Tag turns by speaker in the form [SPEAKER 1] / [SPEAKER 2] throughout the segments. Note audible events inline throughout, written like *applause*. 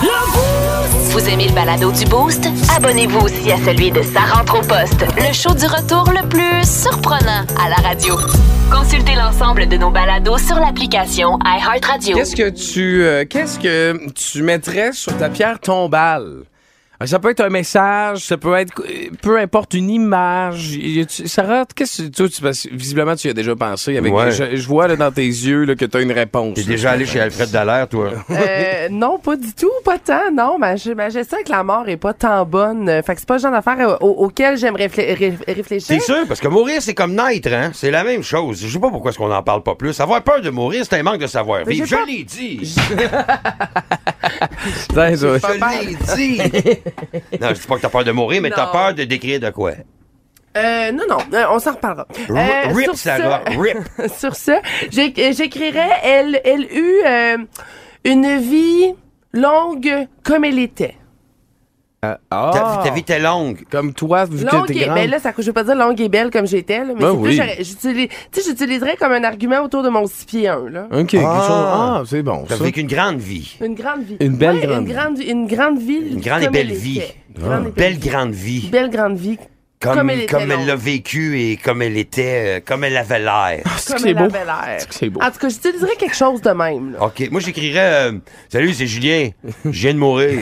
[SPEAKER 1] Vous aimez le balado du Boost? Abonnez-vous aussi à celui de Sa rentre au poste, le show du retour le plus surprenant à la radio. Consultez l'ensemble de nos balados sur l'application iHeartRadio.
[SPEAKER 2] Qu'est-ce que tu euh, qu'est-ce que tu mettrais sur ta pierre tombale? Euh, Ça peut être un message, ça peut être euh, peu importe une image. Y a-tu- Sarah, qu'est-ce que tu, toi, tu- parce que visiblement tu y as déjà pensé avec
[SPEAKER 3] Ouais.
[SPEAKER 2] je, je vois là, dans tes yeux là, que tu as une réponse.
[SPEAKER 3] T'es déjà allé chez Alfred Dallaire, toi.
[SPEAKER 4] *laughs* Euh, non, pas du tout, pas tant. Non, ma, ge- ma gestion avec la mort est pas tant bonne. Euh, Fait que c'est pas le genre d'affaire au- auquel j'aime réflé- ré- réfléchir.
[SPEAKER 3] T'es sûr? Parce que mourir, c'est comme naître, hein? C'est la même chose. Je sais pas pourquoi est-ce qu'on n'en parle pas plus. Avoir peur de mourir, c'est un manque de savoir
[SPEAKER 4] Mais
[SPEAKER 3] vivre.
[SPEAKER 4] j'ai
[SPEAKER 3] Je
[SPEAKER 4] pas-
[SPEAKER 3] l'ai dit!
[SPEAKER 2] Attends, ça-
[SPEAKER 3] Je l'ai
[SPEAKER 4] *laughs*
[SPEAKER 3] dit! non, je dis pas que t'as peur de mourir, mais t'as
[SPEAKER 4] Non.
[SPEAKER 3] peur de décrire de quoi?
[SPEAKER 4] Euh, non, non, euh, on s'en reparlera.
[SPEAKER 3] R-
[SPEAKER 4] Euh,
[SPEAKER 3] rip,
[SPEAKER 4] sur
[SPEAKER 3] Sarah,
[SPEAKER 4] ce-
[SPEAKER 3] rip!
[SPEAKER 4] *laughs* sur ce, j'éc- euh, j'écrirais elle, elle eut euh, une vie longue comme elle était.
[SPEAKER 2] Ah,
[SPEAKER 3] Ta, ta vie était longue.
[SPEAKER 2] comme toi, vu que
[SPEAKER 4] Longue
[SPEAKER 2] t'es
[SPEAKER 4] et
[SPEAKER 2] grande.
[SPEAKER 4] belle, là, ça je veux pas dire longue et belle comme j'étais, là, mais
[SPEAKER 2] Ben
[SPEAKER 4] c'est plus,
[SPEAKER 2] oui.
[SPEAKER 4] j'aurais- j'utilise- tu sais, j'utiliserais comme un argument autour de mon 6 pieds 1, là.
[SPEAKER 2] Ok, quelque chose-
[SPEAKER 3] Ah.
[SPEAKER 2] ah, c'est bon.
[SPEAKER 3] T'as
[SPEAKER 2] ça.
[SPEAKER 3] vécu une grande vie.
[SPEAKER 4] Une grande vie.
[SPEAKER 2] Une belle
[SPEAKER 4] Ouais,
[SPEAKER 2] grande
[SPEAKER 4] une grande, une grande vie.
[SPEAKER 3] Une grande et
[SPEAKER 4] comme
[SPEAKER 3] belle
[SPEAKER 4] elle
[SPEAKER 3] vie.
[SPEAKER 4] était. Grande et
[SPEAKER 3] Belle grande vie.
[SPEAKER 4] Belle grande vie.
[SPEAKER 3] Comme,
[SPEAKER 4] Comme elle était
[SPEAKER 3] comme elle l'a
[SPEAKER 4] longue.
[SPEAKER 3] vécu et comme elle était, euh, comme elle avait l'air.
[SPEAKER 2] Ah, C'est que
[SPEAKER 4] Comme
[SPEAKER 2] c'est
[SPEAKER 4] elle
[SPEAKER 2] beau.
[SPEAKER 4] avait l'air.
[SPEAKER 2] que c'est beau.
[SPEAKER 4] En tout cas, j'utiliserais quelque chose de même.
[SPEAKER 2] Ah,
[SPEAKER 4] là.
[SPEAKER 3] OK. Moi, j'écrirais euh, Salut, c'est Julien. Je viens de
[SPEAKER 4] *laughs*
[SPEAKER 3] mourir.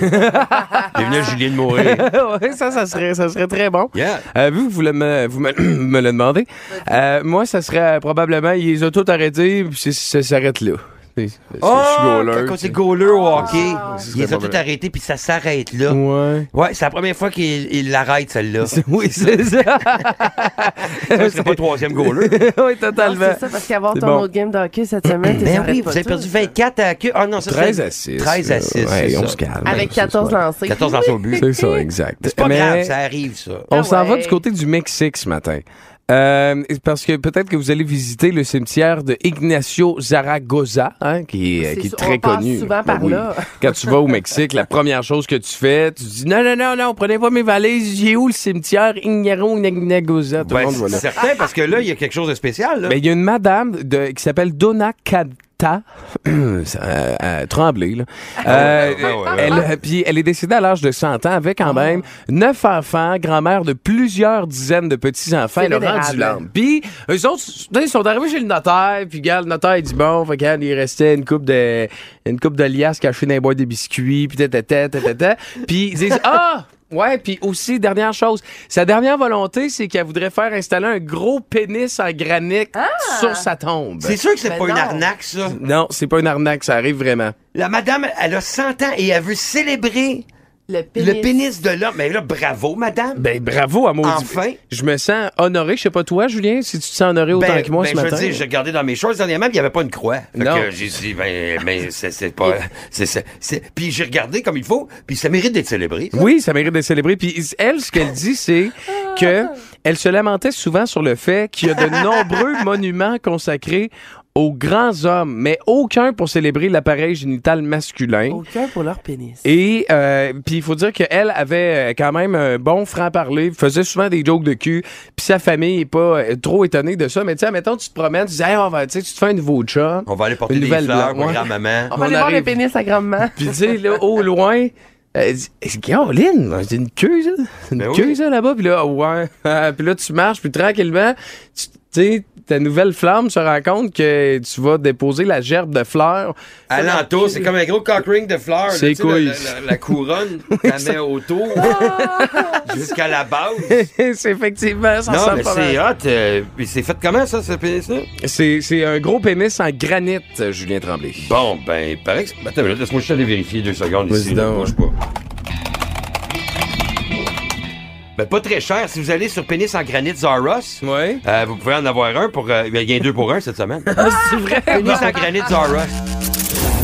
[SPEAKER 3] Bienvenue, Julien de mourir.
[SPEAKER 2] Ah, Ouais, ça, ça serait, ça serait très bon.
[SPEAKER 3] Yeah.
[SPEAKER 2] Euh, vu que vous, le me, vous me, *clears throat* me le demandez, euh, moi, ça serait euh, probablement, ils les ont tout arrêté, puis c'est- ça s'arrête là. C'est- c'est- je suis
[SPEAKER 3] Oh,
[SPEAKER 2] goaler,
[SPEAKER 3] quand
[SPEAKER 2] tu
[SPEAKER 3] c'est
[SPEAKER 2] sais.
[SPEAKER 3] goaler au hockey,
[SPEAKER 2] serait
[SPEAKER 3] ils
[SPEAKER 2] pas
[SPEAKER 3] ont tout
[SPEAKER 2] vrai.
[SPEAKER 3] arrêté puis ça s'arrête là. *laughs*
[SPEAKER 2] Ouais.
[SPEAKER 3] Ouais, c'est la première fois qu'il il l'arrête, celle-là.
[SPEAKER 2] *laughs* C'est- Oui, c'est ça.
[SPEAKER 3] Ça, C'est pas troisième goaler.
[SPEAKER 2] *laughs* oui,
[SPEAKER 4] Non,
[SPEAKER 2] totalement.
[SPEAKER 4] Ah, C'est ça, parce qu'avoir
[SPEAKER 2] C'est
[SPEAKER 4] ton
[SPEAKER 2] bon. Ben
[SPEAKER 4] autre game de hockey cette semaine, t'es
[SPEAKER 3] Mais
[SPEAKER 4] arrêtes
[SPEAKER 3] Ben oui,
[SPEAKER 4] pas
[SPEAKER 3] vous avez
[SPEAKER 4] tout.
[SPEAKER 3] perdu 24 à queue. Ah non, ça c'est-
[SPEAKER 2] 13 à 6.
[SPEAKER 3] 13 à 6.
[SPEAKER 2] Ouais,
[SPEAKER 3] c'est
[SPEAKER 2] on
[SPEAKER 3] ça.
[SPEAKER 2] se calme.
[SPEAKER 4] Avec
[SPEAKER 2] ce soir.
[SPEAKER 4] 14 lancés.
[SPEAKER 3] 14 dans son but.
[SPEAKER 2] C'est ça, exact.
[SPEAKER 3] C'est pas
[SPEAKER 2] Mais
[SPEAKER 3] grave, ça arrive, ça.
[SPEAKER 2] On
[SPEAKER 4] Ah
[SPEAKER 2] s'en va
[SPEAKER 4] ouais.
[SPEAKER 2] du côté du Mexique ce matin. Euh, parce que peut-être que vous allez visiter le cimetière de Ignacio Zaragoza, hein, qui, est,
[SPEAKER 4] C'est
[SPEAKER 2] qui est
[SPEAKER 4] sûr,
[SPEAKER 2] très
[SPEAKER 4] on passe
[SPEAKER 2] connu. Ben
[SPEAKER 4] souvent par là.
[SPEAKER 2] Quand tu vas au Mexique, la première chose que tu fais, tu dis non, non, non, non, prenez pas mes valises, j'ai où le cimetière Ignacio Zaragoza? Tout le
[SPEAKER 3] Ben,
[SPEAKER 2] monde va là.
[SPEAKER 3] c'est certain, parce que là, il y a quelque chose de spécial. Là.
[SPEAKER 2] Mais Ben, il y a une madame de, qui s'appelle Donna Cata. ça, *clears throat* euh, euh, tremblée, là. Euh,
[SPEAKER 3] Ah, ouais, ouais, ouais. Ah.
[SPEAKER 2] elle, euh, puis elle est décédée à l'âge de 100 ans avec quand même neuf enfants, grand-mère de plusieurs dizaines de petits-enfants.
[SPEAKER 4] C'est
[SPEAKER 2] Elle a rendu
[SPEAKER 4] vénérable.
[SPEAKER 2] l'âme. Puis eux autres, ils sont arrivés chez le notaire, puis regarde, le notaire il dit bon, fait, regarde, il restait une coupe de une coupe de liasses cachée dans les boîtes de biscuits, puis tata, tata, tata. Puis ils disent ah Ouais, puis aussi, dernière chose, sa dernière volonté, c'est qu'elle voudrait faire installer un gros pénis en granit sur sa tombe.
[SPEAKER 3] Ah! C'est sûr que c'est
[SPEAKER 4] Ben
[SPEAKER 3] pas une
[SPEAKER 4] non.
[SPEAKER 3] arnaque, ça.
[SPEAKER 2] Non, c'est pas une arnaque, ça arrive vraiment.
[SPEAKER 3] La madame, elle a 100 ans et elle veut célébrer
[SPEAKER 4] Le pénis.
[SPEAKER 3] le pénis de l'homme. Mais là, bravo, madame.
[SPEAKER 2] Ben bravo à moi.
[SPEAKER 3] Enfin.
[SPEAKER 2] Je me sens honoré. Je sais pas toi, Julien, si tu te sens honoré autant
[SPEAKER 3] Ben,
[SPEAKER 2] que moi
[SPEAKER 3] ben,
[SPEAKER 2] ce matin.
[SPEAKER 3] Je veux dire, j'ai regardé dans mes choses dernièrement, puis il n'y avait pas une croix. Fait
[SPEAKER 2] Non.
[SPEAKER 3] que j'ai dit, ben, ben, c'est, c'est pas. c'est- c'est- c'est- Puis j'ai regardé comme il faut, puis ça mérite d'être célébré. ça.
[SPEAKER 2] Oui, ça mérite d'être célébré. Puis elle, ce qu'elle dit, c'est que elle se lamentait souvent sur le fait qu'il y a de
[SPEAKER 4] *laughs*
[SPEAKER 2] nombreux monuments consacrés aux grands hommes, mais aucun pour célébrer l'appareil génital masculin.
[SPEAKER 4] Aucun pour leur pénis.
[SPEAKER 2] Et euh, puis il faut dire qu'elle avait euh, quand même un bon franc-parler, faisait souvent des jokes de cul, puis sa famille est pas euh, trop étonnée de ça. Mais tu sais, mettons, tu te promènes, tu dis, hey, on va, tu sais, tu te fais un nouveau chat.
[SPEAKER 3] On va aller porter
[SPEAKER 2] Une
[SPEAKER 3] des
[SPEAKER 2] nouvelle
[SPEAKER 3] fleurs,
[SPEAKER 2] blague,
[SPEAKER 3] ma
[SPEAKER 2] ouais.
[SPEAKER 3] grand-maman.
[SPEAKER 4] on va
[SPEAKER 2] on
[SPEAKER 4] aller voir le
[SPEAKER 2] arrive.
[SPEAKER 4] pénis à grand-maman.
[SPEAKER 2] Puis tu sais, là, au loin, euh, c'est Caroline, là, c'est une queue, ça. C'est une
[SPEAKER 3] Ben oui.
[SPEAKER 2] queue, ça, là-bas. Puis là, ah ouais. *laughs* puis là, tu marches, puis tranquillement, tu tu sais, ta nouvelle flamme se rend compte que tu vas déposer la gerbe de fleurs.
[SPEAKER 3] À l'entour, c'est comme un gros cock ring de fleurs. là,
[SPEAKER 2] C'est
[SPEAKER 3] tu sais, la-
[SPEAKER 2] couille.
[SPEAKER 3] La, la- la couronne,
[SPEAKER 2] *laughs*
[SPEAKER 3] la mets autour, jusqu'à la base.
[SPEAKER 2] *laughs* c'est effectivement, ça
[SPEAKER 3] Non,
[SPEAKER 2] ressemble
[SPEAKER 3] mais
[SPEAKER 2] pas
[SPEAKER 3] c'est
[SPEAKER 2] mal.
[SPEAKER 3] hot. euh, puis c'est fait comment, ça, ce pénis-là?
[SPEAKER 2] C'est c'est un gros pénis en granit, euh, Julien Tremblay.
[SPEAKER 3] Bon, ben, il paraît que. c'est- Attends, mais là, laisse-moi juste aller vérifier deux secondes
[SPEAKER 2] Vas-y
[SPEAKER 3] ici. là,
[SPEAKER 2] donc.
[SPEAKER 3] bouge pas. Ben, pas très cher. Si vous allez sur Pénis en granit Zaros,
[SPEAKER 2] Ouais.
[SPEAKER 3] euh, vous pouvez en avoir un pour. euh, Il y a un deux pour un cette *laughs* semaine. Ah, c'est vrai. Pénis en granit Zaros.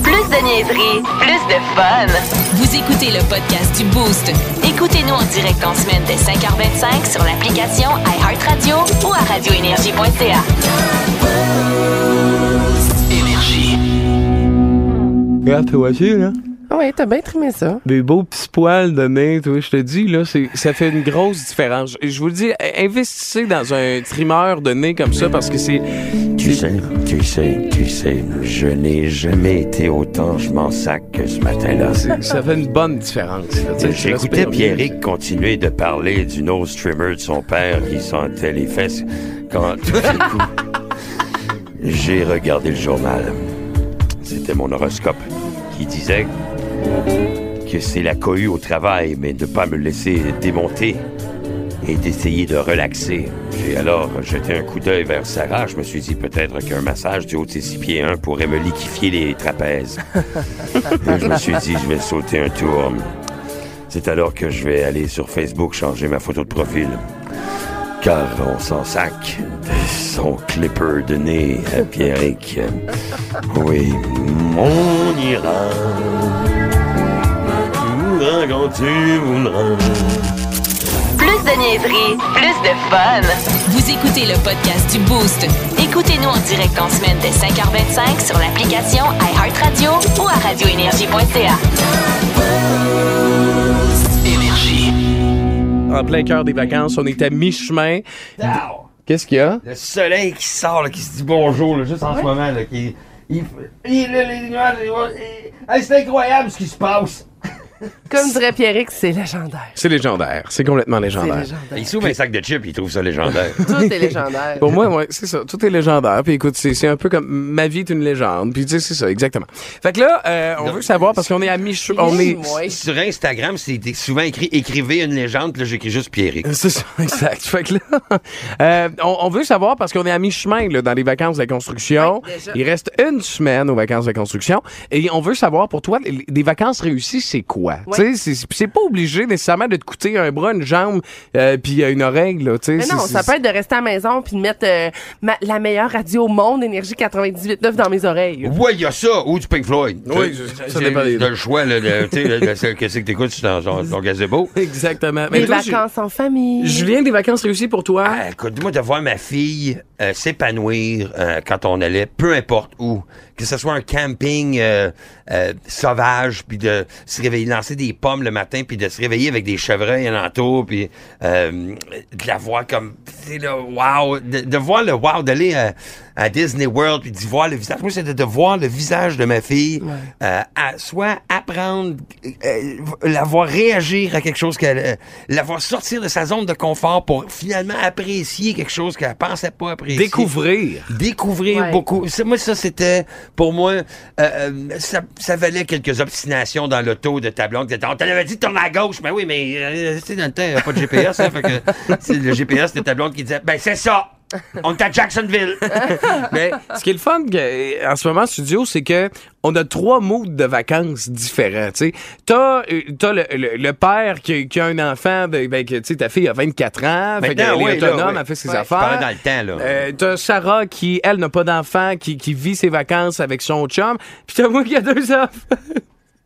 [SPEAKER 1] Plus de niaiserie, plus de fun. Vous écoutez le podcast du Boost. Écoutez-nous en direct en semaine dès 5h25 sur l'application iHeartRadio ou à radioénergie.ca.
[SPEAKER 2] Regarde, toi aussi, là.
[SPEAKER 4] Oh, ouais, t'as bien trimé ça.
[SPEAKER 2] Des beaux petits poils de nez, toi, je te dis, là, c'est- ça fait une grosse différence. Je je vous le dis, eh, investissez dans un trimeur de nez comme ça parce que c'est.
[SPEAKER 5] Tu sais, tu sais, tu sais, je n'ai jamais été autant, je m'en sac que ce matin-là.
[SPEAKER 2] c'est- Ça fait une bonne différence. là, tu sais, tu
[SPEAKER 3] J'écoutais
[SPEAKER 2] respectes.
[SPEAKER 3] Pierrick continuer de parler du nose trimmer de son père qui sentait les fesses quand tout à coup j'ai regardé le journal. C'était mon horoscope qui disait que c'est la cohue au travail, mais de pas me laisser démonter et d'essayer de relaxer. J'ai alors jeté un coup d'œil vers Sarah. Je me suis dit peut-être qu'un massage du haut de ses six pieds 1 pourrait me liquifier les trapèzes. Et je me suis dit, je vais sauter un tour. C'est alors que je vais aller sur Facebook changer ma photo de profil. Car on s'en sac de son clipper de nez à Pierrick. Oui, on ira. Tu mourras quand tu mourras.
[SPEAKER 1] Plus de niaiserie, plus de fun. Vous écoutez le podcast du Boost. Écoutez-nous en direct en semaine dès 5h25 sur l'application iHeartRadio ou à radioénergie.ca.
[SPEAKER 2] En plein cœur des vacances, on est à mi-chemin. Qu'est-ce qu'il y a?
[SPEAKER 3] Le soleil qui sort, là, qui se dit bonjour, là, juste en ce moment, là, qui. il- il- là, les nuages, les nuages, et- Hey, c'est incroyable ce qui se passe.
[SPEAKER 4] Comme dirait Pierrick, c'est légendaire.
[SPEAKER 2] C'est légendaire. C'est complètement
[SPEAKER 4] C'est
[SPEAKER 2] légendaire.
[SPEAKER 4] légendaire.
[SPEAKER 3] Il s'ouvre un sac de chips, il trouve ça légendaire.
[SPEAKER 4] Tout
[SPEAKER 2] *laughs*
[SPEAKER 4] est légendaire.
[SPEAKER 2] Pour moi, ouais, c'est ça. Tout est légendaire. Puis écoute, c'est c'est un peu comme ma vie est une légende. Puis tu sais, c'est ça, exactement. Fait que là, euh, on veut savoir parce qu'on est à mi-chemin. On est.
[SPEAKER 4] Ouais.
[SPEAKER 3] Sur Instagram, c'est souvent écrit écrivez une légende, puis là j'écris juste Pierrick.
[SPEAKER 2] Euh, C'est ça, *laughs* exact. Fait que là, *laughs* euh, on, on veut savoir parce qu'on est à mi-chemin là, dans les vacances de la construction.
[SPEAKER 4] Ouais, déjà.
[SPEAKER 2] Il reste une semaine aux vacances de la construction. Et on veut savoir pour toi, les- des vacances réussies, c'est quoi?
[SPEAKER 4] Ouais.
[SPEAKER 2] Tu sais, c'est- c'est pas obligé nécessairement de te coûter un bras, une jambe, euh, puis euh, une oreille. Là, tu sais,
[SPEAKER 4] Mais non,
[SPEAKER 2] c'est-
[SPEAKER 4] ça
[SPEAKER 2] c'est-
[SPEAKER 4] peut être de rester à la maison puis de mettre euh, ma- la meilleure radio au monde, Énergie 98.9, dans mes oreilles.
[SPEAKER 3] Ouais, il y a ça, ou du Pink Floyd.
[SPEAKER 2] Oui,
[SPEAKER 3] Tu sais,
[SPEAKER 2] ça- ça dépend des-
[SPEAKER 3] T'as le choix, là, de- tu sais, là, de- c'est- qu'est-ce que t'écoutes sur ton, ton- ton gazebo?
[SPEAKER 2] *laughs* Exactement. Mais
[SPEAKER 4] Des
[SPEAKER 2] toi, Ju-
[SPEAKER 4] vacances en famille.
[SPEAKER 2] Julien, des vacances réussies pour toi?
[SPEAKER 3] Ah, écoute, moi, de voir ma fille euh, s'épanouir euh, quand on allait, peu importe où, que ce soit un camping euh, euh, sauvage, puis de se réveiller, lancer des pommes le matin, puis de se réveiller avec des chevreuils alentour, puis euh, de la voir comme, tu sais, le wow, de, de voir le wow, d'aller euh, à, à Disney World, puis d'y voir le visage. Moi, c'était de voir le visage de ma fille, euh, à- soit apprendre, euh, la voir réagir à quelque chose qu'elle, euh, la voir sortir de sa zone de confort pour finalement apprécier quelque chose qu'elle pensait pas apprécier
[SPEAKER 2] Découvrir.
[SPEAKER 3] découvrir
[SPEAKER 4] Ouais.
[SPEAKER 3] beaucoup. C'est- Moi, ça, c'était, pour moi, euh, euh, ça, ça valait quelques obstinations dans l'auto de ta blonde. qui était, On te l'avait dit de tourner à gauche, mais oui, mais euh, tu sais, dans le temps, il n'y avait pas de GPS. hein, fait que, c'est le GPS de ta blonde qui disait, ben c'est ça, on est à Jacksonville.
[SPEAKER 2] Mais ce qui est le fun que- euh, en ce moment studio, c'est que on a trois moods de vacances différents. Tu sais, t'as euh, t'as le, le, le père qui, qui a un enfant, ben, ben, que, tu sais, ta fille a 24 ans, fait
[SPEAKER 3] Maintenant,
[SPEAKER 2] qu'elle
[SPEAKER 3] Ben, oui,
[SPEAKER 2] est
[SPEAKER 3] là,
[SPEAKER 2] autonome,
[SPEAKER 3] oui.
[SPEAKER 2] elle fait ses
[SPEAKER 4] Ouais.
[SPEAKER 2] affaires.
[SPEAKER 3] Pendant dans le temps, là.
[SPEAKER 2] Euh, t'as Sarah qui, elle, n'a pas d'enfant, qui, qui vit ses vacances avec son chum. Puis t'as moi qui a deux enfants.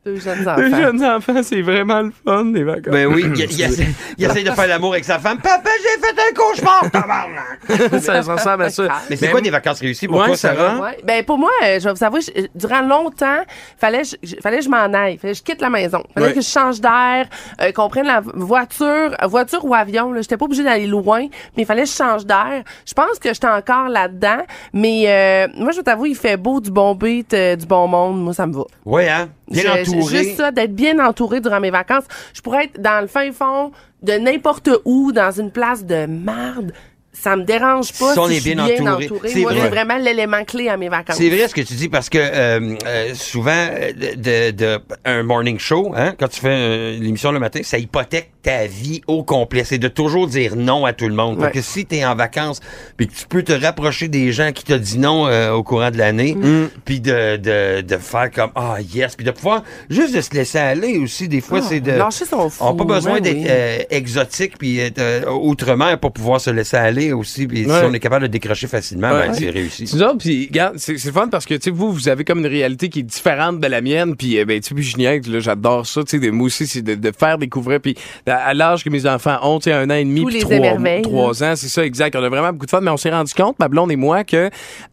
[SPEAKER 4] Deux
[SPEAKER 2] *laughs*
[SPEAKER 4] jeunes
[SPEAKER 2] Deux
[SPEAKER 4] enfants.
[SPEAKER 2] jeunes enfants, c'est vraiment le fun, les vacances.
[SPEAKER 3] Ben oui, il, il essaie, il essaie de faire l'amour avec sa femme. Papa, j'ai fait un cauchemar, tabarnak!
[SPEAKER 2] Ben,
[SPEAKER 3] Ben
[SPEAKER 2] ça se ressemble à ça.
[SPEAKER 3] Mais c'est quoi des vacances réussies pour
[SPEAKER 2] Ouais,
[SPEAKER 3] toi,
[SPEAKER 2] Sarah?
[SPEAKER 3] Sarah?
[SPEAKER 4] Ouais. Ben pour moi, euh, je vais vous avouer, je- euh, durant longtemps, fallait que je, je- fallait que je m'en aille, fallait que je quitte la maison, fallait
[SPEAKER 2] Ouais.
[SPEAKER 4] que je change d'air, euh, qu'on prenne la v- voiture, euh, voiture ou avion. Là, j'étais pas obligée d'aller loin, mais il fallait que je change d'air. Je pense que j'étais encore là-dedans, mais euh, moi je vais t'avouer, il fait beau, du bon beat, euh, du bon monde, moi ça me va.
[SPEAKER 3] Oui, hein? Bien
[SPEAKER 4] Je- je-
[SPEAKER 3] entouré.
[SPEAKER 4] Juste ça, d'être bien entouré durant mes vacances. Je pourrais être dans le fin fond de n'importe où, dans une place de merde. Ça me dérange pas
[SPEAKER 3] Si
[SPEAKER 4] si,
[SPEAKER 3] on est
[SPEAKER 4] je suis
[SPEAKER 3] bien
[SPEAKER 4] bien,
[SPEAKER 3] entouré.
[SPEAKER 4] entouré.
[SPEAKER 3] C'est
[SPEAKER 4] Moi,
[SPEAKER 3] vrai.
[SPEAKER 4] c'est vraiment l'élément clé à mes vacances.
[SPEAKER 3] C'est vrai ce que tu dis parce que euh, euh, souvent euh, de, de- un morning show, hein, quand tu fais euh, l'émission le matin, ça hypothèque ta vie au complet. C'est de toujours dire non à tout le monde. Parce que si tu es en vacances, puis que tu peux te rapprocher des gens qui te disent non euh, au courant de l'année,
[SPEAKER 4] Mm.
[SPEAKER 3] puis de, de, de faire comme ah yes, puis de pouvoir juste de se laisser aller aussi. Des fois,
[SPEAKER 4] Ah,
[SPEAKER 3] c'est de
[SPEAKER 4] lâcher son fou,
[SPEAKER 3] on n'a pas besoin
[SPEAKER 4] ouais,
[SPEAKER 3] d'être
[SPEAKER 4] oui.
[SPEAKER 3] euh, exotique puis être euh, outre-mer pour pouvoir se laisser aller donné aussi. Puis
[SPEAKER 2] Ouais.
[SPEAKER 3] si on est capable de décrocher facilement,
[SPEAKER 2] Ouais.
[SPEAKER 3] ben, c'est réussi.
[SPEAKER 2] C'est ça, puis regarde, c'est c'est fun parce que tu sais vous vous avez comme une réalité qui est différente de la mienne puis euh, ben tu sais puis je niaise, là j'adore ça tu sais des moi aussi c'est de, de faire découvrir puis à, à l'âge que mes enfants ont tu sais un an et demi
[SPEAKER 4] Tous
[SPEAKER 2] puis
[SPEAKER 4] les
[SPEAKER 2] trois,
[SPEAKER 4] émerveilles,
[SPEAKER 2] trois ans c'est ça exact on a vraiment beaucoup de fun mais on s'est rendu compte ma blonde et moi que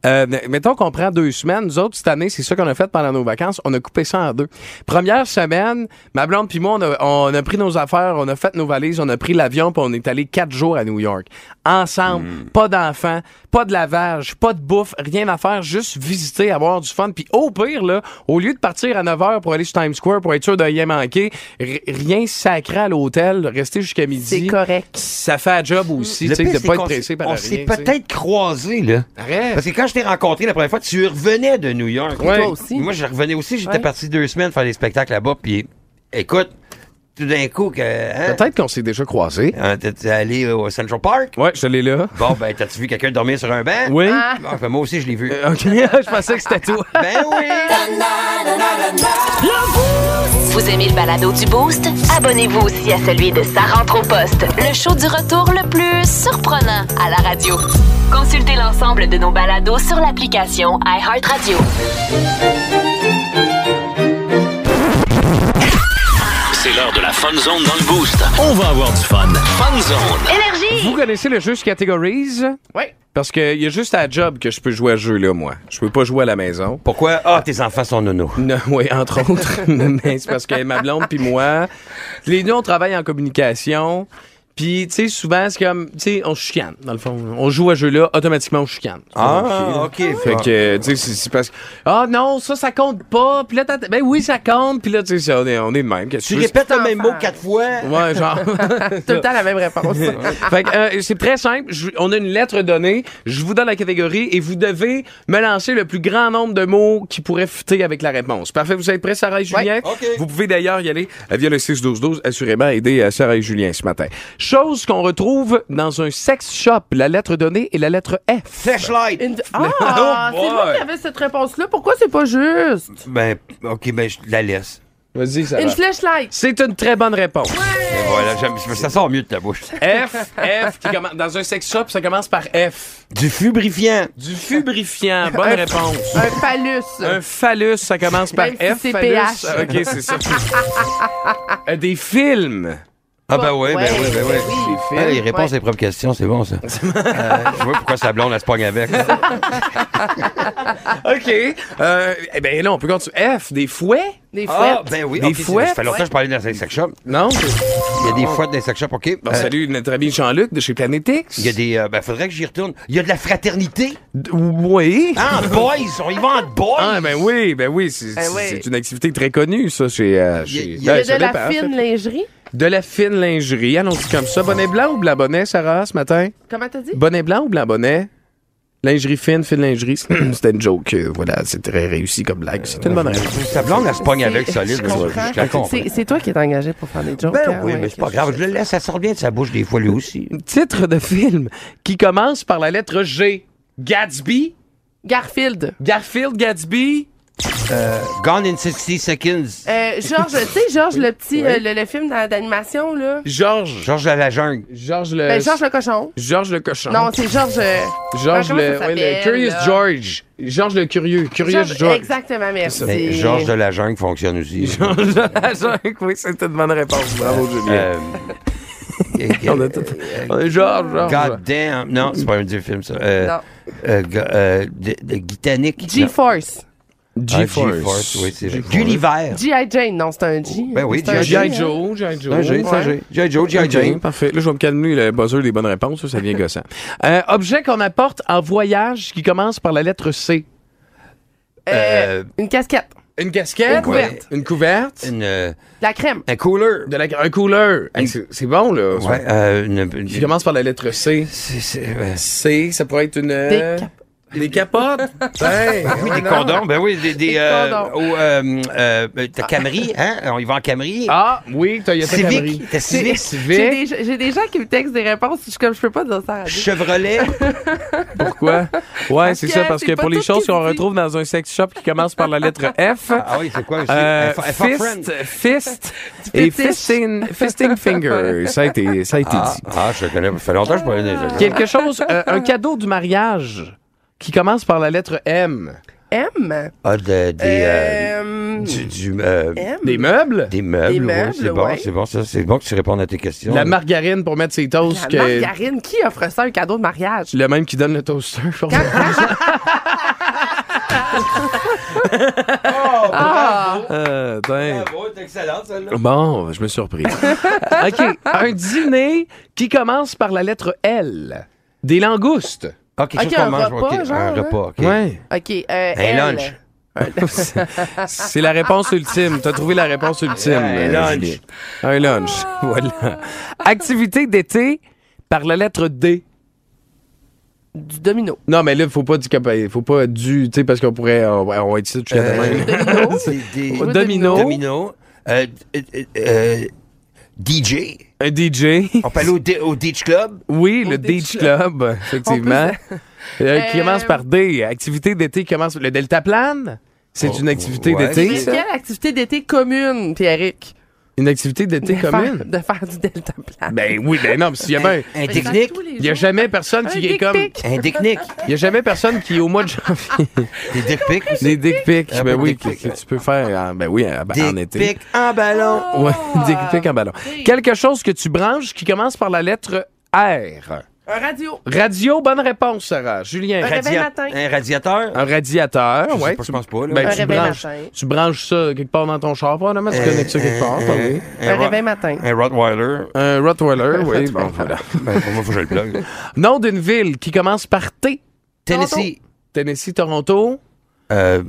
[SPEAKER 2] euh, mettons qu'on prend deux semaines nous autres cette année c'est ça qu'on a fait pendant nos vacances on a coupé ça en deux première semaine ma blonde puis moi on a, on a pris nos affaires on a fait nos valises on a pris l'avion puis on est allé quatre jours à New York ensemble pas d'enfants pas de lavage, pas de bouffe, rien à faire, juste visiter, avoir du fun. Puis au pire, là, au lieu de partir à 9h pour aller sur Times Square pour être sûr de rien manquer, r- rien sacré à l'hôtel, rester jusqu'à midi.
[SPEAKER 4] C'est correct.
[SPEAKER 2] Ça fait un job aussi,
[SPEAKER 3] Le
[SPEAKER 2] tu sais,
[SPEAKER 3] pire,
[SPEAKER 2] de
[SPEAKER 3] c'est
[SPEAKER 2] pas être
[SPEAKER 3] qu'on
[SPEAKER 2] pressé
[SPEAKER 3] s'est-
[SPEAKER 2] par
[SPEAKER 3] On
[SPEAKER 2] rien.
[SPEAKER 3] s'est
[SPEAKER 2] tu sais.
[SPEAKER 3] peut-être croisés, là.
[SPEAKER 2] Arrête.
[SPEAKER 3] Parce que quand je t'ai rencontré la première fois, tu revenais de New York.
[SPEAKER 2] Ouais.
[SPEAKER 4] Toi aussi.
[SPEAKER 3] Moi, je revenais aussi. J'étais
[SPEAKER 4] Ouais.
[SPEAKER 3] parti deux semaines faire des spectacles là-bas. Puis, écoute, tout d'un coup, que, hein,
[SPEAKER 2] Peut-être qu'on s'est déjà croisés.
[SPEAKER 3] hein, t'es allé au Central Park.
[SPEAKER 2] Ouais, je l'ai là.
[SPEAKER 3] Bon, ben, t'as-tu vu quelqu'un dormir sur un banc?
[SPEAKER 2] Oui. Euh,
[SPEAKER 3] Bon, ben, moi aussi, je l'ai vu.
[SPEAKER 2] OK, *laughs* je pensais que c'était toi.
[SPEAKER 3] Ben oui!
[SPEAKER 1] Vous aimez le balado du Boost? Abonnez-vous aussi à celui de Sa rentre au poste, le show du retour le plus surprenant à la radio. Consultez l'ensemble de nos balados sur l'application iHeartRadio.
[SPEAKER 6] 1. C'est l'heure de la Fun Zone dans le Boost. On va avoir du fun. Fun Zone.
[SPEAKER 2] Vous connaissez le jeu Categories?
[SPEAKER 4] Oui.
[SPEAKER 2] Parce qu'il y a juste à la job que je peux jouer à ce jeu-là, moi. Je peux pas jouer à la maison.
[SPEAKER 3] Pourquoi? Ah, tes enfants sont nono.
[SPEAKER 2] *laughs* Non, oui, entre
[SPEAKER 3] *laughs*
[SPEAKER 2] autres. Mais c'est parce que ma blonde puis moi, les deux, on travaille en communication. Puis, tu sais, souvent, c'est comme, tu sais, on se chicane, dans le fond. On joue à ce jeu-là, automatiquement, on se euh, chicane. C'est
[SPEAKER 3] Ah,
[SPEAKER 2] compliqué.
[SPEAKER 3] OK. Fait
[SPEAKER 2] Fait
[SPEAKER 3] que-
[SPEAKER 2] que, euh, tu sais, c'est- c'est parce que, ah non, ça, ça compte pas. Puis là, t'att- ben oui, ça compte. Puis là, tu sais, ça, on est, on est de même. Qu'est-ce
[SPEAKER 3] Tu
[SPEAKER 2] que veux?
[SPEAKER 3] répètes le même mot quatre fois.
[SPEAKER 2] Ouais, genre. *laughs*
[SPEAKER 4] Tout le temps la même
[SPEAKER 3] *laughs*
[SPEAKER 4] réponse.
[SPEAKER 2] fait que, euh, c'est très simple. Je- on a une lettre donnée. Je vous donne la catégorie et vous devez me lancer le plus grand nombre de mots qui pourraient fitter avec la réponse. Parfait. Vous êtes prêts, Sarah et Julien?
[SPEAKER 3] OK.
[SPEAKER 2] Vous pouvez d'ailleurs y aller euh, via le 6-12-12, assurément aider euh, Sarah et Julien ce matin. Chose qu'on retrouve dans un sex shop, la lettre donnée et la lettre F.
[SPEAKER 3] Flashlight.
[SPEAKER 4] Une- Ah,
[SPEAKER 2] Oh
[SPEAKER 4] c'est moi
[SPEAKER 2] boy.
[SPEAKER 4] qui avais cette réponse-là. Pourquoi c'est pas juste?
[SPEAKER 3] Ben, OK, ben, je la laisse.
[SPEAKER 2] Vas-y,
[SPEAKER 4] Une
[SPEAKER 2] Sarah.
[SPEAKER 4] flashlight.
[SPEAKER 2] C'est une très bonne réponse.
[SPEAKER 3] Et voilà, j'aime- ça sort mieux de ta bouche.
[SPEAKER 2] F, F, qui commence- dans un sex shop, ça commence par F.
[SPEAKER 3] Du fubrifiant.
[SPEAKER 2] Du fubrifiant, bonne réponse.
[SPEAKER 4] Un phallus.
[SPEAKER 2] Un phallus, ça commence par
[SPEAKER 4] Même si
[SPEAKER 2] F.
[SPEAKER 4] c'est
[SPEAKER 2] phallus.
[SPEAKER 4] PH.
[SPEAKER 2] Ah, OK, c'est ça. Euh, Des films.
[SPEAKER 3] Ah, ben oui, ben
[SPEAKER 4] Ouais.
[SPEAKER 3] oui, ben oui.
[SPEAKER 2] Des
[SPEAKER 3] Ah,
[SPEAKER 2] films.
[SPEAKER 3] les réponses des propres questions, c'est bon, ça. Euh, je vois pourquoi sa blonde, elle se pogne avec.
[SPEAKER 2] OK. Euh, eh bien, là, on peut continuer. F, des fouets?
[SPEAKER 4] Des fouettes.
[SPEAKER 3] Ah, ben oui.
[SPEAKER 2] Des
[SPEAKER 3] ok, c'est-
[SPEAKER 2] fouettes.
[SPEAKER 3] Ça fait longtemps que je parlais dans un sex shop.
[SPEAKER 2] Non?
[SPEAKER 4] Euh.
[SPEAKER 3] Il y a des fouettes dans les sex shops, OK.
[SPEAKER 2] Bon,
[SPEAKER 3] Euh,
[SPEAKER 2] salut, notre ami Jean-Luc de chez Planet X.
[SPEAKER 3] Il y a des. euh, ben, faudrait que j'y retourne. Il y a de la fraternité.
[SPEAKER 2] D- Oui.
[SPEAKER 3] Ah, boys. On y va en boys.
[SPEAKER 2] Ah, ben oui, ben oui, c'est
[SPEAKER 4] Ah
[SPEAKER 2] c'est-
[SPEAKER 4] oui.
[SPEAKER 2] c'est une activité très connue, ça, chez... euh, chez-
[SPEAKER 3] Il y a- il
[SPEAKER 4] Il y
[SPEAKER 2] Ben,
[SPEAKER 4] a
[SPEAKER 2] ça
[SPEAKER 4] de la
[SPEAKER 2] dépend, en fait.
[SPEAKER 4] fine lingerie.
[SPEAKER 2] De la fine lingerie, allons-y comme ça. Bonnet blanc ou blanc bonnet, Sarah, ce matin?
[SPEAKER 4] Comment t'as dit?
[SPEAKER 2] Bonnet blanc ou blanc bonnet? Lingerie fine, fine lingerie. C'était une joke, euh, voilà, c'est très réussi comme blague. C'était une bonne réponse.
[SPEAKER 3] Sa blonde, elle se pogne avec solide.
[SPEAKER 4] Je
[SPEAKER 3] là, je-
[SPEAKER 4] comprends.
[SPEAKER 3] Je la comprends.
[SPEAKER 4] C'est c'est toi qui es engagé pour faire des jokes.
[SPEAKER 3] Ben
[SPEAKER 4] hein,
[SPEAKER 3] oui,
[SPEAKER 4] ouais,
[SPEAKER 3] mais c'est
[SPEAKER 4] ok,
[SPEAKER 3] pas grave. Je le laisse, ça sort bien de sa bouche des fois, lui aussi.
[SPEAKER 2] Titre de film qui commence par la lettre G. Gatsby?
[SPEAKER 4] Garfield.
[SPEAKER 2] Garfield Gatsby?
[SPEAKER 3] Gone in 60 seconds.
[SPEAKER 4] Euh, Georges, tu sais, Georges, le petit, euh, le, le film d'a- d'animation, là.
[SPEAKER 2] Georges.
[SPEAKER 3] Georges de la jungle.
[SPEAKER 2] Georges le...
[SPEAKER 4] Ben, Georges le cochon.
[SPEAKER 2] Georges le cochon.
[SPEAKER 4] Non, c'est Georges. euh,
[SPEAKER 2] Georges
[SPEAKER 4] comment
[SPEAKER 2] le,
[SPEAKER 4] ça
[SPEAKER 2] ouais, le
[SPEAKER 4] s'appelle,
[SPEAKER 2] Curious
[SPEAKER 4] là?
[SPEAKER 2] George. Georges le curieux. Curious George.
[SPEAKER 4] Exactement, merci.
[SPEAKER 3] Mais Ben, Georges de la jungle fonctionne aussi.
[SPEAKER 2] Georges Lajanque, oui, c'est une bonne réponse. Bravo, Julien.
[SPEAKER 3] Euh,
[SPEAKER 2] on a tout. On est Georges, Georges.
[SPEAKER 3] God damn. Non, c'est pas un vieux film, ça. Euh,
[SPEAKER 4] Non.
[SPEAKER 3] euh, Ga- euh, de, de Guitanic.
[SPEAKER 4] G-Force.
[SPEAKER 3] Ah,
[SPEAKER 2] G-Force.
[SPEAKER 3] G-Force, oui, c'est vrai.
[SPEAKER 2] G-Force.
[SPEAKER 3] Gulliver.
[SPEAKER 4] G.I. Jane, non, c'est un
[SPEAKER 2] Oh,
[SPEAKER 4] G.
[SPEAKER 3] Ben oui,
[SPEAKER 4] C'est un
[SPEAKER 3] G.I.
[SPEAKER 2] G.I.
[SPEAKER 4] hein.
[SPEAKER 2] Joe, G.I. Joe.
[SPEAKER 3] Un G, c'est un G. G.I. Joe, G.I.
[SPEAKER 2] G.I.
[SPEAKER 3] Joe.
[SPEAKER 2] Parfait. Là, je vais me calmer le buzzer des bonnes réponses. Ça, ça devient gossant. *laughs* Euh, objet qu'on apporte en voyage qui commence par la lettre C.
[SPEAKER 4] Euh,
[SPEAKER 3] Euh,
[SPEAKER 4] Une casquette.
[SPEAKER 2] Une casquette.
[SPEAKER 4] Une couverte.
[SPEAKER 2] Une couverte.
[SPEAKER 3] Une, euh,
[SPEAKER 4] La crème.
[SPEAKER 3] un cooler.
[SPEAKER 2] De la- un couleur. c'est c'est bon, là.
[SPEAKER 3] Ouais, euh, une, une-
[SPEAKER 2] Qui commence par la lettre C.
[SPEAKER 3] c'est- c'est- euh,
[SPEAKER 2] C, ça pourrait être une... euh,
[SPEAKER 4] Des cap-
[SPEAKER 2] Des capotes? *laughs* Hey,
[SPEAKER 3] Oui, des condoms. Ben oui, des. des, euh,
[SPEAKER 4] condoms.
[SPEAKER 3] au, euh, euh, T'as Camry, hein? On y va en Camry.
[SPEAKER 2] Ah, oui, t'as y a fait Camry.
[SPEAKER 3] Civic. T'as Civic.
[SPEAKER 4] J'ai
[SPEAKER 2] Civic.
[SPEAKER 4] des, j'ai des gens qui me textent des réponses. Je suis comme, je peux pas dire ça. à la radio.
[SPEAKER 3] Chevrolet.
[SPEAKER 2] Pourquoi? Ouais, c'est
[SPEAKER 4] que
[SPEAKER 2] ça, parce
[SPEAKER 4] c'est
[SPEAKER 2] que
[SPEAKER 4] pas
[SPEAKER 2] pour les
[SPEAKER 4] tout
[SPEAKER 2] choses
[SPEAKER 4] qui
[SPEAKER 2] qu'on
[SPEAKER 4] dit.
[SPEAKER 2] retrouve dans un sex shop qui commence par la lettre F,
[SPEAKER 3] Ah oui, c'est quoi?
[SPEAKER 2] euh,
[SPEAKER 3] Euh, F- F-
[SPEAKER 2] fist,
[SPEAKER 3] friend.
[SPEAKER 2] fist et
[SPEAKER 4] fétiche.
[SPEAKER 2] fisting, fisting finger. Ça a été, ça a été
[SPEAKER 7] Ah,
[SPEAKER 2] dit.
[SPEAKER 7] ah, je le connais. Ça fait longtemps que je parlais déjà.
[SPEAKER 2] Quelque chose, euh, un cadeau du mariage qui commence par la lettre M.
[SPEAKER 4] M.
[SPEAKER 7] Ah, de- des. euh,
[SPEAKER 4] Euh,
[SPEAKER 7] du, du, euh,
[SPEAKER 4] M.
[SPEAKER 2] Des meubles?
[SPEAKER 7] des meubles.
[SPEAKER 4] Des
[SPEAKER 7] ouais,
[SPEAKER 4] meubles,
[SPEAKER 7] c'est bon,
[SPEAKER 4] ouais.
[SPEAKER 7] c'est bon, ça. C'est bon que tu répondes à tes questions.
[SPEAKER 2] La margarine pour mettre ses toasts.
[SPEAKER 4] La
[SPEAKER 2] que-
[SPEAKER 4] margarine. Qui offre ça un cadeau de mariage?
[SPEAKER 2] Le même qui donne le toaster, je pense.
[SPEAKER 4] Oh, Ah!
[SPEAKER 2] Euh, ben,
[SPEAKER 3] c'est excellent, celle-là.
[SPEAKER 2] Bon, je me suis surpris. OK. Un dîner qui commence par la lettre L. Des langoustes.
[SPEAKER 3] Ah, quelque
[SPEAKER 4] Ok,
[SPEAKER 3] chose qu'on
[SPEAKER 4] un
[SPEAKER 3] mange.
[SPEAKER 4] repas,
[SPEAKER 3] ok,
[SPEAKER 4] genre,
[SPEAKER 3] un
[SPEAKER 4] hein?
[SPEAKER 3] repas, ok.
[SPEAKER 2] Ouais.
[SPEAKER 4] OK. Euh,
[SPEAKER 3] Un
[SPEAKER 4] L.
[SPEAKER 3] lunch.
[SPEAKER 2] *laughs* C'est la réponse ultime. T'as trouvé la réponse ultime. euh,
[SPEAKER 3] Ouais, un lunch.
[SPEAKER 2] Julien. Un lunch. *laughs* Voilà. Activité d'été par la lettre D.
[SPEAKER 4] Du domino.
[SPEAKER 2] Non, mais là, faut pas du faut pas du, tu sais, parce qu'on pourrait, on, va- on va être ici tout
[SPEAKER 3] Euh,
[SPEAKER 2] demain.
[SPEAKER 4] Domino.
[SPEAKER 3] *laughs* C'est des.
[SPEAKER 2] Au *laughs*
[SPEAKER 4] Jouer
[SPEAKER 2] domino,
[SPEAKER 3] Domino. Euh, euh, euh, euh, DJ.
[SPEAKER 2] un DJ.
[SPEAKER 3] On peut aller au, D- au DJ Club.
[SPEAKER 2] Oui, le
[SPEAKER 4] Beach
[SPEAKER 2] Beach Club, effectivement. Euh, qui commence par D. Activité d'été qui commence. Le deltaplane, Oh, c'est une activité
[SPEAKER 3] ouais.
[SPEAKER 2] d'été.
[SPEAKER 4] Mais
[SPEAKER 2] ça.
[SPEAKER 4] quelle activité d'été commune, Pierrick?
[SPEAKER 2] Une activité d'été
[SPEAKER 4] De faire-
[SPEAKER 2] commune.
[SPEAKER 4] De faire du delta plan.
[SPEAKER 2] Ben oui, ben non, mais s'il y a bien.
[SPEAKER 3] Un technique.
[SPEAKER 2] Il y a jamais personne
[SPEAKER 4] Un
[SPEAKER 2] qui est
[SPEAKER 4] dick
[SPEAKER 2] comme.
[SPEAKER 4] pic.
[SPEAKER 3] Un technique.
[SPEAKER 2] Il y a jamais personne qui, au mois de janvier.
[SPEAKER 3] Des dick pics.
[SPEAKER 2] Des dick pics.
[SPEAKER 3] Un peu
[SPEAKER 2] Ben
[SPEAKER 3] de
[SPEAKER 2] oui,
[SPEAKER 3] dick
[SPEAKER 2] que,
[SPEAKER 3] pic,
[SPEAKER 2] que tu peux faire en, ben oui, en, en
[SPEAKER 3] Dick
[SPEAKER 2] été.
[SPEAKER 3] pics en ballon.
[SPEAKER 4] Oh,
[SPEAKER 2] Ouais, *laughs* dick pic en ballon. Quelque chose que tu branches qui commence par la lettre R.
[SPEAKER 4] Un radio.
[SPEAKER 2] Radio, bonne réponse, Sarah. Julien.
[SPEAKER 4] Un réveil matin.
[SPEAKER 3] Un radiateur.
[SPEAKER 2] Un
[SPEAKER 3] Je
[SPEAKER 2] radiateur,
[SPEAKER 3] sais
[SPEAKER 2] ouais.
[SPEAKER 3] pas,
[SPEAKER 2] tu-
[SPEAKER 3] je pense pas. là.
[SPEAKER 2] Ben,
[SPEAKER 4] Un
[SPEAKER 2] tu,
[SPEAKER 4] réveil
[SPEAKER 2] branches,
[SPEAKER 4] matin.
[SPEAKER 2] tu branches ça quelque part dans ton char, probablement. Tu connectes ça quelque part, oui.
[SPEAKER 4] Un
[SPEAKER 3] Ro-
[SPEAKER 4] réveil matin.
[SPEAKER 3] Un Rottweiler.
[SPEAKER 2] Un Rottweiler, oui. Bon, voilà.
[SPEAKER 3] Ben, pour moi, faut que je le plug.
[SPEAKER 2] Nom d'une ville qui commence par T.
[SPEAKER 3] Tennessee.
[SPEAKER 2] Tennessee, Toronto.
[SPEAKER 3] Euh,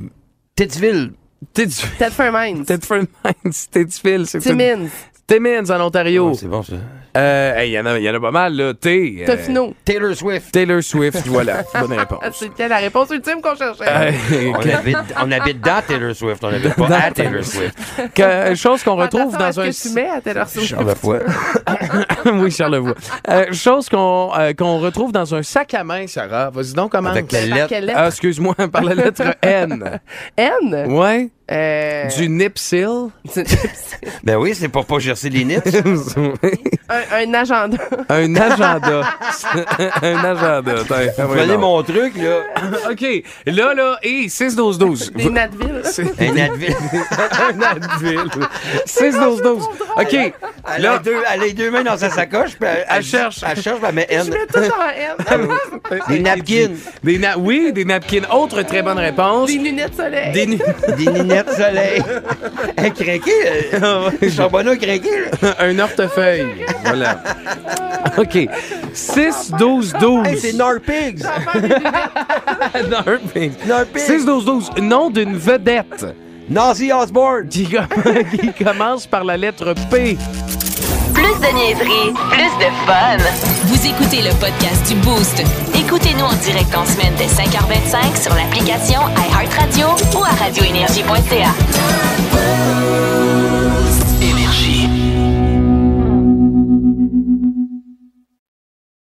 [SPEAKER 3] Titusville.
[SPEAKER 2] Tids-
[SPEAKER 4] Tedford Mines.
[SPEAKER 2] Tedford Mines, Tidsville. c'est-
[SPEAKER 4] Timmins.
[SPEAKER 2] Timmins, en Ontario.
[SPEAKER 3] Oh, c'est bon, ça.
[SPEAKER 2] Euh, hey, Il y, en a- il y en a pas mal, là. T. euh,
[SPEAKER 4] Tofino.
[SPEAKER 3] Taylor Swift.
[SPEAKER 2] Taylor Swift,
[SPEAKER 3] *laughs*
[SPEAKER 2] voilà. Bonne
[SPEAKER 4] Ah,
[SPEAKER 2] réponse.
[SPEAKER 4] C'était la réponse ultime qu'on cherchait.
[SPEAKER 2] Euh,
[SPEAKER 3] On habite, on habite dans Taylor Swift, on habite pas à Taylor Swift.
[SPEAKER 2] que- euh, chose qu'on retrouve
[SPEAKER 4] Attention à
[SPEAKER 2] dans
[SPEAKER 4] ce
[SPEAKER 2] un.
[SPEAKER 4] que tu mets à Taylor Swift.
[SPEAKER 2] *laughs* oui, Charlevoix. Euh, chose qu'on euh, qu'on retrouve dans un sac à main, Sarah. Vas-y donc, comment?
[SPEAKER 3] Avec la
[SPEAKER 4] Par
[SPEAKER 3] lettre.
[SPEAKER 4] quelle
[SPEAKER 2] Ah,
[SPEAKER 4] lettre?
[SPEAKER 2] excuse-moi, *laughs* par la lettre N.
[SPEAKER 4] N.
[SPEAKER 2] Ouais.
[SPEAKER 4] Euh,
[SPEAKER 2] Du nip seal.
[SPEAKER 3] Ben oui, c'est pour pas gercer les *laughs* nips.
[SPEAKER 4] un, *laughs* un agenda.
[SPEAKER 2] un agenda. *laughs* un agenda. Attends, ah oui,
[SPEAKER 3] Prenez
[SPEAKER 2] non.
[SPEAKER 3] mon truc, là.
[SPEAKER 2] OK. Là, là, et
[SPEAKER 4] *laughs*
[SPEAKER 2] 6-12-12.
[SPEAKER 4] Des Nadville.
[SPEAKER 3] Un Advil.
[SPEAKER 2] un Advil. 6-12-12. OK.
[SPEAKER 3] Elle, a
[SPEAKER 2] Là,
[SPEAKER 3] deux, elle a les deux mains dans sa sacoche, puis elle,
[SPEAKER 2] Elle cherche.
[SPEAKER 3] Elle cherche, elle met
[SPEAKER 4] Je
[SPEAKER 3] N.
[SPEAKER 4] mets tout en N.
[SPEAKER 3] Des napkins.
[SPEAKER 2] des na- oui, des napkins. Autre très bonne réponse.
[SPEAKER 4] Des lunettes soleil.
[SPEAKER 2] Des nu-
[SPEAKER 3] Des lunettes soleil. Elle craquait. *laughs* Charbonneau craquait, là.
[SPEAKER 2] *laughs* un hortefeuille. Voilà. OK. 6-12-12.
[SPEAKER 3] Hey, c'est Norpigs.
[SPEAKER 2] *laughs* Non, mais-
[SPEAKER 3] Norpigs.
[SPEAKER 2] 6-12-12. Nom d'une vedette
[SPEAKER 3] Nancy Osborne.
[SPEAKER 2] qui, com- *laughs* qui commence par la lettre P.
[SPEAKER 1] Plus de niaiserie, plus de fun. Vous écoutez le podcast du Boost. Écoutez-nous en direct en semaine dès 5h25 sur l'application iHeartRadio ou à radioénergie.ca.